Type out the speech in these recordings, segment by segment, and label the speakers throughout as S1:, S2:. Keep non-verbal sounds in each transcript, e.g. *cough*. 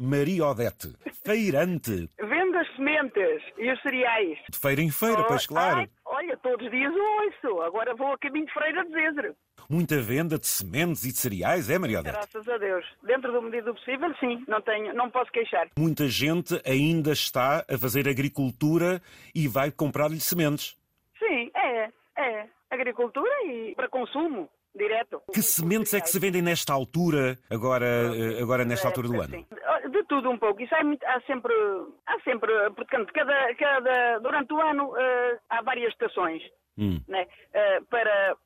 S1: Maria Odete, feirante.
S2: Vendo as sementes e os cereais.
S1: De feira em feira, pois
S2: Ai,
S1: claro.
S2: olha, todos os dias ouço. Agora vou a caminho de Freira de Zezer.
S1: Muita venda de sementes e de cereais, é, Maria Odete?
S2: Graças a Deus. Dentro do medida do possível, sim. Não tenho, não posso queixar.
S1: Muita gente ainda está a fazer agricultura e vai comprar-lhe sementes.
S2: Sim, é, é. Agricultura e para consumo direto.
S1: Que sementes é que se vendem nesta altura, agora, eh, agora nesta altura do ano?
S2: É, Sim. De tudo um pouco. Isso há, muito- há sempre, há sempre, portanto, cada, cada, durante o ano eh, há várias estações
S1: Hum.
S2: né, eh, para,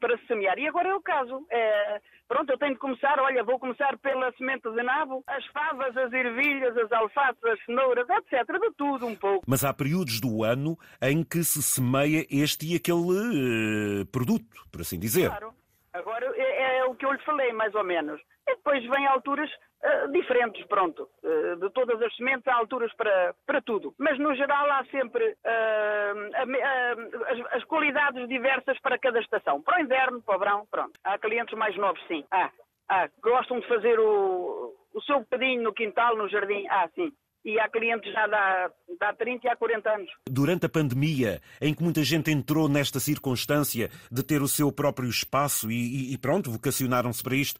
S2: para se semear. E agora é o caso. Eh, pronto, eu tenho de começar, olha, vou começar pela semente de nabo, as favas, as ervilhas, as alfaces, as cenouras, etc. De tudo um pouco.
S1: Mas há períodos do ano em que se semeia este e aquele eh, produto, por assim dizer.
S2: Claro. Agora é, é o que eu lhe falei, mais ou menos. E depois vem alturas ah, diferentes, pronto. Ah, de todas as sementes há alturas para, para tudo. Mas no geral há sempre ah, a me- ah, as, as qualidades diversas para cada estação. Para o inverno, para o verão, pronto. Há clientes mais novos, sim. Ah, ah, gostam de fazer o, o seu bocadinho no quintal, no jardim. Ah, sim. E há clientes já da há 30 e há 40 anos.
S1: Durante a pandemia, em que muita gente entrou nesta circunstância de ter o seu próprio espaço e, e- e pronto, vocacionaram-se para isto,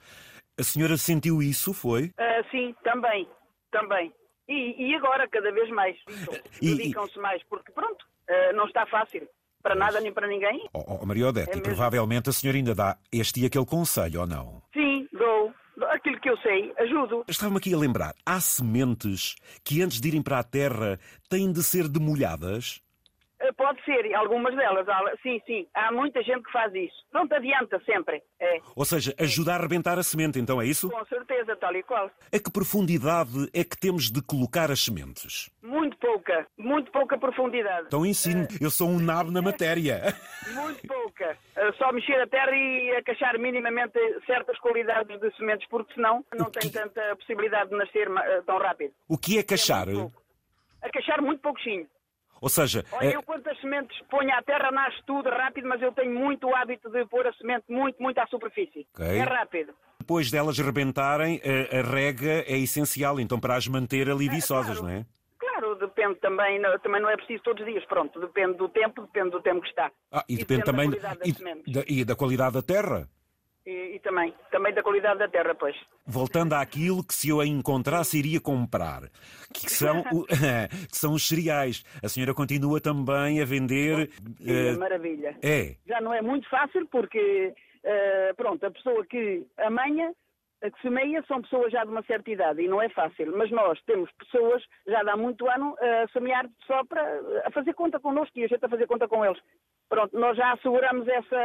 S1: a senhora sentiu isso, foi?
S2: Ah, sim, também, também. E, e agora, cada vez mais.
S1: Ah, E-
S2: Dedicam-se mais, porque pronto, ah, não está fácil. Para nada nem para ninguém.
S1: Oh, oh, Maria Odete, e
S2: É mesmo.
S1: provavelmente a senhora ainda dá este e aquele conselho, ou não?
S2: Sim, dou. dou Aquilo que eu sei, ajudo.
S1: Estava-me aqui a lembrar, há sementes que antes de irem para a terra têm de ser demolhadas?
S2: Ah, Pode ser, algumas delas. há- Sim, sim. Há muita gente que faz isso. Pronto, adianta sempre. É,
S1: Ou seja, ajudar a arrebentar a semente, então é isso?
S2: com certeza, tal e qual.
S1: A que profundidade é que temos de colocar as sementes?
S2: Muito pouca, muito pouca profundidade.
S1: Então ensino,
S2: Eh,
S1: eu sou um nabo na matéria. *laughs*
S2: Muito pouca. Ah, Só mexer a terra e acachar minimamente certas qualidades de sementes, porque senão não tem tanta possibilidade de nascer ma- ah, tão rápido.
S1: O que é cachar?
S2: pouco. A cachar muito pouquinho.
S1: Ou seja,
S2: Olha,
S1: é,
S2: eu quantas sementes ponho à terra, nasce tudo rápido, mas eu tenho muito o hábito de pôr a semente muito, muito à superfície.
S1: Ok.
S2: É rápido.
S1: depois delas rebentarem, a, a rega é essencial, então, para as manter
S2: Ah,
S1: ali viçosas, não é?
S2: Claro, depende também, não- também não é preciso todos os dias, pronto, depende do tempo, depende do tempo que está.
S1: Ah, e depende também
S2: da qualidade das
S1: e
S2: sementes.
S1: da, e da qualidade da terra.
S2: E, e também, também da qualidade da terra, pois. *laughs*
S1: Voltando àquilo que se eu a encontrasse iria comprar, que são,
S2: *laughs*
S1: o- *laughs* que são os cereais. A senhora continua também a vender.
S2: E,
S1: eh,
S2: maravilha.
S1: é,
S2: Já não é muito fácil porque, eh, pronto, a pessoa que amanha, a que semeia, são pessoas já de uma certa idade e não é fácil. Mas nós temos pessoas já de há muito ano a semear só para a fazer conta connosco e a gente a fazer conta com eles. Pronto, nós já asseguramos essa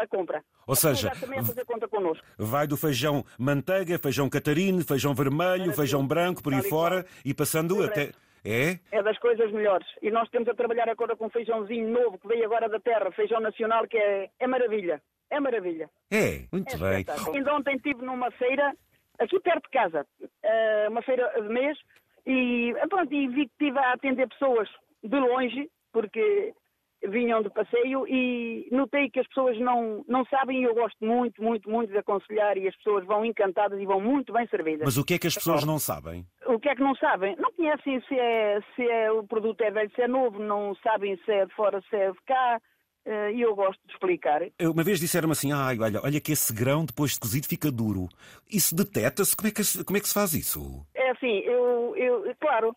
S2: a compra.
S1: Ou
S2: A pessoa
S1: seja,
S2: já também a fazer conta connosco.
S1: Vai do feijão manteiga, feijão catarino, feijão vermelho, feijão branco, por aí
S2: Tal e qual.
S1: fora, e passando até. É?
S2: É das coisas melhores. E nós temos a trabalhar agora com feijãozinho novo que veio agora da terra, feijão nacional, que é, é maravilha. É maravilha.
S1: É, muito
S2: É
S1: bem.
S2: espetáculo. Ainda ontem estive numa feira, aqui perto de casa, eh, uma feira de mês, e, eh, pronto, e vi que estive a atender pessoas de longe, porque vinham de passeio, e notei que as pessoas não, não sabem, e eu gosto muito, muito, muito de aconselhar, e as pessoas vão encantadas e vão muito bem servidas.
S1: Mas o que é que as pessoas não sabem?
S2: O que é que não sabem? Não conhecem se, é, se é, o produto é velho, se é novo, não sabem se é de fora, se é de cá, eh, e eu gosto de explicar.
S1: Eu, Uma vez disseram-me assim: ai, olha, olha que esse grão depois de cozido fica duro. Isso deteta-se? Como, é que se- como é que se faz isso?
S2: É assim, eu, eu claro,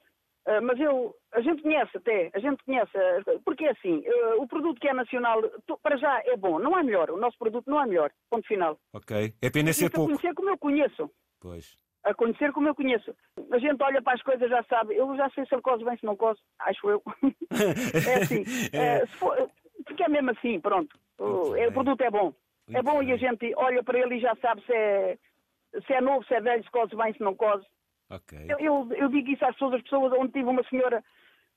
S2: ah, mas eu, a gente conhece até, a gente conhece, ah, porque é assim, ah, o produto que é nacional, to- para já é bom, não há melhor, o nosso produto não há melhor, ponto final.
S1: Ok? É pena é
S2: Isso
S1: ser
S2: a
S1: pouco.
S2: conhecer como eu conheço,
S1: *laughs* Pois.
S2: a conhecer como eu conheço. A gente olha para as coisas, já sabe, eu já sei se ele cose bem, se não cose, acho eu. *laughs* é
S1: *laughs*
S2: assim, ah, se for- porque é mesmo assim, pronto,
S1: Muito
S2: o, é,
S1: bem.
S2: o produto é bom, é
S1: Muito
S2: bom e a
S1: bem.
S2: gente olha para ele e já sabe se é, se é novo, se é velho, se cose bem, se não cose.
S1: Ok.
S2: Eu, eu- eu digo isso às pessoas, as pessoas, onde tive uma senhora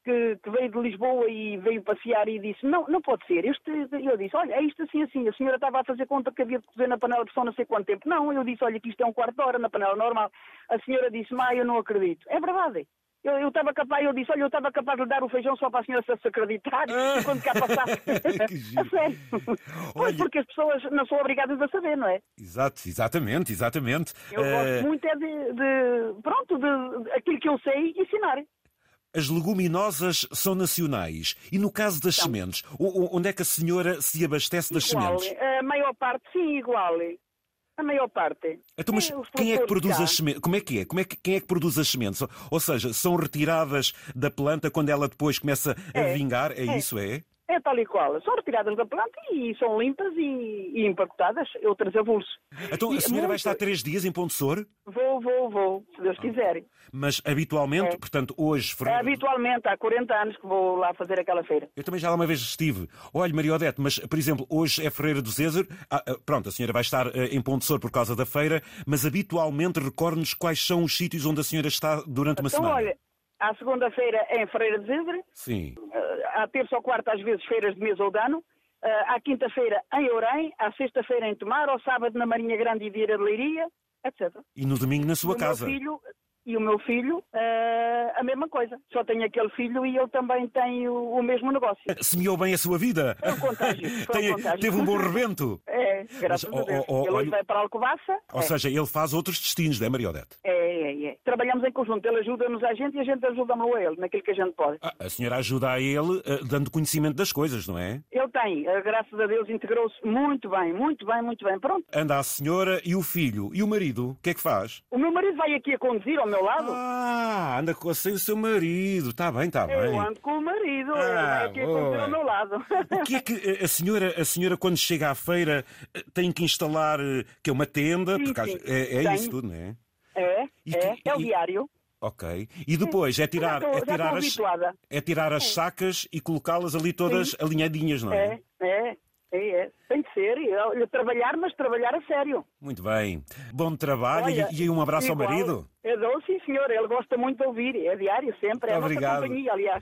S2: que, que veio de Lisboa e veio passear e disse, não, não pode ser. Este, eu disse, olha, é isto assim, assim. A senhora estava a fazer conta que havia de cozer na panela de só não sei quanto tempo. Não, eu disse, olha, que isto é um quarto de hora na panela normal. A senhora disse, mas eu não acredito. É verdade. Eu, eu estava capaz, eu disse, olha, eu estava capaz de lhe dar o feijão só para a senhora
S1: *laughs*
S2: se acreditar e quando cá passar.
S1: Que giro.
S2: *laughs* a sério. Pois
S1: Olha-
S2: porque as pessoas não são obrigadas a saber, não é?
S1: Exato, exatamente, exatamente.
S2: Eu
S1: Eh,
S2: gosto muito é de, de- pronto, de, de aquilo que eu sei ensinar.
S1: As leguminosas são nacionais. E no caso das sementes, o- o- onde é que a senhora se abastece das
S2: igual,
S1: sementes?
S2: a maior parte, sim, igual. A maior parte.
S1: Então, mas
S2: É, os
S1: quem é que
S2: produtores
S1: produz
S2: cá.
S1: as sementes? Como é que é? Como é que, quem é que produz as sementes? Ou, ou seja, são retiradas da planta quando ela depois começa a
S2: É,
S1: vingar? É,
S2: é.
S1: isso, é?
S2: É tal e qual. São retiradas da planta e são limpas e, e empacotadas, outras a bolso.
S1: Então
S2: E
S1: a senhora vai
S2: muito.
S1: estar três dias em Ponte Sor,
S2: Vou, vou, vou, se Deus
S1: Ah,
S2: quiser.
S1: mas habitualmente,
S2: É.
S1: portanto, hoje, Fernando-
S2: Habitualmente, há 40 anos que vou lá fazer aquela feira.
S1: Eu também já lá uma vez estive. Olha, Maria Odete, mas, por exemplo, hoje é Ferreira do César. Ah, ah, pronto, a senhora vai estar ah, em Ponte Sor por causa da feira, mas habitualmente recorde-nos quais são os sítios onde a senhora está durante uma
S2: então,
S1: semana.
S2: olha, à segunda-feira é em Freira de Zedre,
S1: Sim.
S2: eh, à terça ou quarta, às vezes, feiras de mês ou de ano, eh, à quinta-feira em Ourém, à sexta-feira em Tomar, ao sábado na Marinha Grande e Vieira de Leiria, etc.
S1: E no domingo na sua
S2: E o meu
S1: casa.
S2: filho- e o meu filho, eh, a mesma coisa. Só tenho aquele filho e eu também tenho o mesmo negócio.
S1: Semeou bem a sua vida.
S2: Foi um
S1: *laughs*
S2: contágio, foi um
S1: Tem-
S2: contágio.
S1: teve um bom rebento.
S2: *laughs* É, graças
S1: Mas,
S2: a Deus.
S1: ó, ó, ó,
S2: ele
S1: olha-
S2: vai para a Alcobaça.
S1: Ou
S2: é.
S1: seja, ele faz outros destinos, não é, Maria Odete?
S2: É, é, é. Trabalhamos em conjunto. Ele ajuda-nos a gente e a gente ajuda-me a ele, naquilo que a gente pode.
S1: Ah, a senhora ajuda a ele ah, dando conhecimento das coisas, não é?
S2: Ele tem, eh, graças a Deus, integrou-se muito bem, muito bem, muito bem. Pronto.
S1: Anda a senhora e o filho. E o marido? O que é que faz?
S2: O meu marido vai aqui a conduzir ao meu lado.
S1: Ah, anda com sem o seu marido. Está bem, está bem.
S2: eu ando com o marido. ele
S1: Ah,
S2: vai aqui a conduzir
S1: boa.
S2: ao meu lado. *laughs*
S1: O que é que eh, a senhora, a senhora quando chega à feira, eh, tem que instalar eh, que é uma tenda?
S2: Sim,
S1: porque
S2: sim.
S1: há- é, é
S2: Tem.
S1: isso tudo, não é?
S2: é,
S1: E
S2: é.
S1: que-
S2: É o
S1: e-
S2: diário.
S1: Ok. E depois é tirar,
S2: já estou,
S1: é
S2: já
S1: tirar
S2: estou
S1: as,
S2: habituada.
S1: é tirar as sacas e colocá-las ali todas alinhadinhas, não é?
S2: É, é, é, é. Tem de ser. e, olha, trabalhar, mas trabalhar a sério.
S1: Muito bem. Bom trabalho e-
S2: Olha,
S1: e, um abraço ao
S2: igual.
S1: marido.
S2: Eu dou, sim, senhor. Ele gosta muito de ouvir. É diário, sempre. É a nossa
S1: Obrigado.
S2: companhia, aliás.